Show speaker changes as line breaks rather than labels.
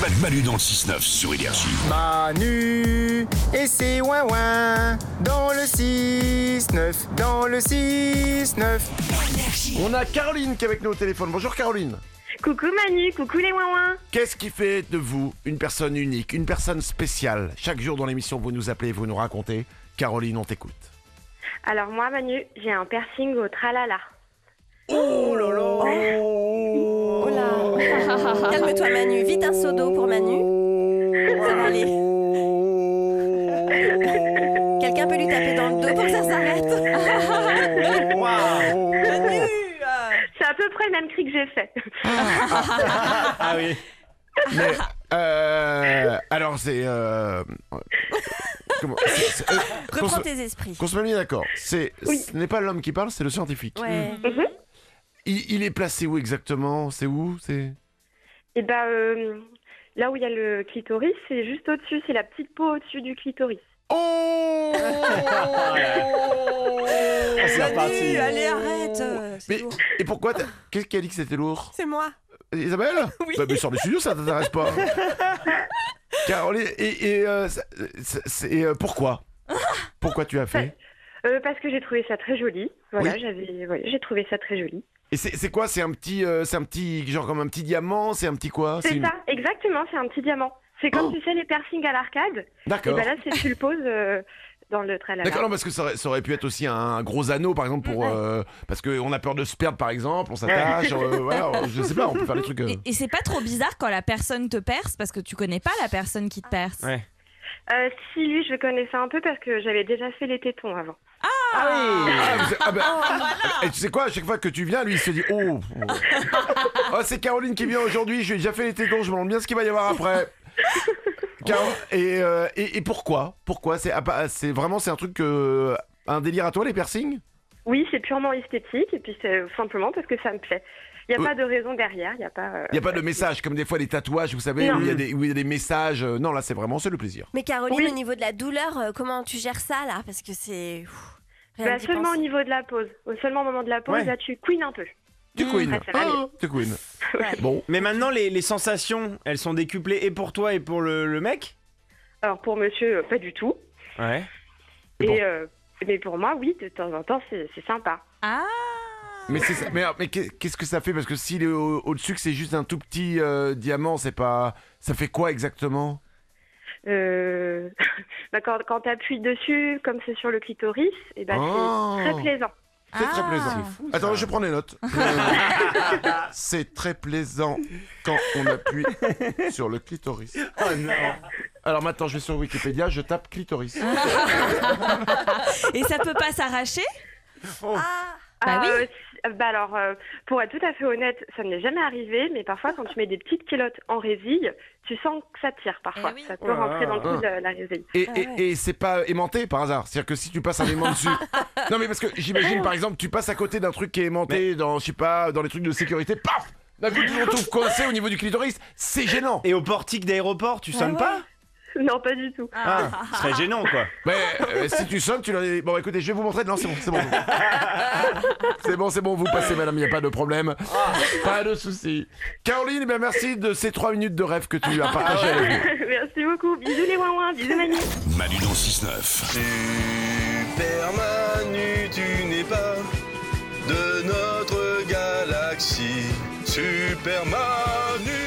Manu, Manu dans le 6-9 sur Énergie.
Manu et c'est ouin ouin dans le 6-9, dans le 6-9.
On a Caroline qui est avec nous au téléphone. Bonjour Caroline.
Coucou Manu, coucou les ouin
Qu'est-ce qui fait de vous une personne unique, une personne spéciale Chaque jour dans l'émission, vous nous appelez, vous nous racontez. Caroline, on t'écoute.
Alors moi Manu, j'ai un piercing au tralala.
Oh là là
Oh là Calme-toi Manu, vite un seau d'eau pour Manu. Ça va aller.
Oh.
Quelqu'un peut lui taper dans le dos pour que ça s'arrête. Manu euh,
C'est à peu près le même cri que j'ai fait.
Ah oui. Mais, euh, alors c'est... euh, comment- c'est- c'est- euh, qu'on
Reprends
se-
tes esprits.
qu'on se mette bien d'accord, c'est ce n'est pas l'homme qui parle, c'est le scientifique.
Ah,
Ouais.
Mhm.
Il, il est placé où exactement C'est où C'est
Et bah euh, là où il y a le clitoris, c'est juste au-dessus, c'est la petite peau au-dessus du clitoris.
Oh
Manu, allez arrête. euh, C'est
Mais
lourd.
et pourquoi t'as- Qu'est-ce qui a dit que c'était lourd
C'est moi.
Isabelle
Oui.
Bah, mais sors du studio, ça t'intéresse pas. Caroline, et, et, euh, ça- c'est- c'est, euh, pourquoi Pourquoi tu as fait
Euh, parce que j'ai trouvé ça très joli. Voilà,
Oui.
j'avais, voilà, j'ai trouvé ça très joli.
Et c'est c'est quoi C'est un petit, euh, c'est un petit, genre comme un petit diamant, Ah, c'est un petit quoi
C'est
une-
ça, exactement, c'est un petit diamant. C'est comme
Oh.
tu sais les piercings à l'arcade. Et
D'accord.
bah là, c'est tu le poses euh, dans le tralala.
D'accord, non, parce que ça aurait, ça aurait pu être aussi un, un gros anneau, par exemple, pour
Ouais.
euh, parce qu'on a peur de se perdre, par exemple, on s'attache, euh, voilà, on- je sais pas, on peut faire des trucs. euh.
Et, et c'est pas trop bizarre quand la personne te perce parce que tu connais pas la personne
Ah.
qui te perce.
Ouais.
Euh, si lui, je connaissais un peu parce que j'avais déjà fait les tétons avant.
Ah, vous- ah, bah, Et tu sais quoi, à chaque fois que tu viens, lui, il se dit Oh, oh c'est Caroline qui vient aujourd'hui, j'ai déjà fait les tétons, je me demande bien ce qu'il va y avoir après. Caro- et, euh, et, et pourquoi Pourquoi C'est ah, bah, c'est vraiment c'est un truc euh, un délire à toi les piercings
Oui, c'est purement esthétique et puis c'est simplement parce que ça me plaît. Il n'y a
Euh.
pas de raison derrière, il n'y a pas. euh,
Il y a pas de message comme des fois les tatouages, vous savez,
Non.
où il y a des où il y a des messages. euh, Non là, c'est vraiment c'est le plaisir.
Mais Caroline,
Oui.
au niveau de la douleur, euh, comment tu gères ça là Parce que c'est. ouf, rien
Bah,
que d'y
seulement au
penser.
niveau de la pause. Au seulement moment de la pause,
Ouais.
là tu queen un peu.
Tu queen.
Ah, ça va mieux.
Ah, tu queen.
Ouais.
Bon,
Mais maintenant, les, les sensations, elles sont décuplées et pour toi et pour le, le mec
Alors pour monsieur, euh, pas du tout.
Ouais.
Bon.
Et, euh, mais pour moi, oui, de temps en temps, c'est c'est sympa.
Ah
mais c'est ça- mais, alors, mais qu'est- qu'est-ce que ça fait parce que s'il est au- au-dessus que c'est juste un tout petit euh, diamant, c'est pas ça fait quoi exactement
Euh... bah, quand quand tu appuies dessus, comme c'est sur le clitoris, et bah,
Oh.
c'est très plaisant.
C'est très
Ah.
plaisant. Attends, je prends les notes. c'est très plaisant quand on appuie sur le clitoris. Alors maintenant, je vais sur Wikipédia, je tape clitoris.
Et ça peut pas s'arracher
Oh.
Ah,
Bah oui.
euh, c- bah alors, euh, pour être tout à fait honnête, ça ne m'est jamais arrivé, mais parfois quand tu mets des petites culottes en résille, tu sens que ça tire parfois.
Eh oui.
Ça peut
Oh là
rentrer
là.
dans le coup de la résille.
Et,
Ah ouais.
et, et c'est pas aimanté par hasard. C'est-à-dire que si tu passes un aimant dessus. Non, mais parce que j'imagine, par exemple, tu passes à côté d'un truc qui est aimanté dans, je sais pas, dans les trucs de sécurité, paf D'un coup, tu te retrouves coincé au niveau du clitoris. C'est gênant.
Et au portique d'aéroport, tu sonnes
ouais.
pas
Non, pas du tout.
Ah, ce serait gênant quoi.
Mais euh, si tu sonnes, tu leur dis Bon, écoutez, je vais vous montrer. Non, c'est bon, c'est bon. C'est bon, c'est bon, vous passez, madame, il n'y a pas de problème. Pas de souci. Caroline, eh bien, merci de ces trois minutes de rêve que tu as partagées avec nous.
Merci beaucoup. Bisous les ouin bisous Manu.
Manu dans le 6-9.
Super Manu, tu n'es pas de notre galaxie. Super Manu.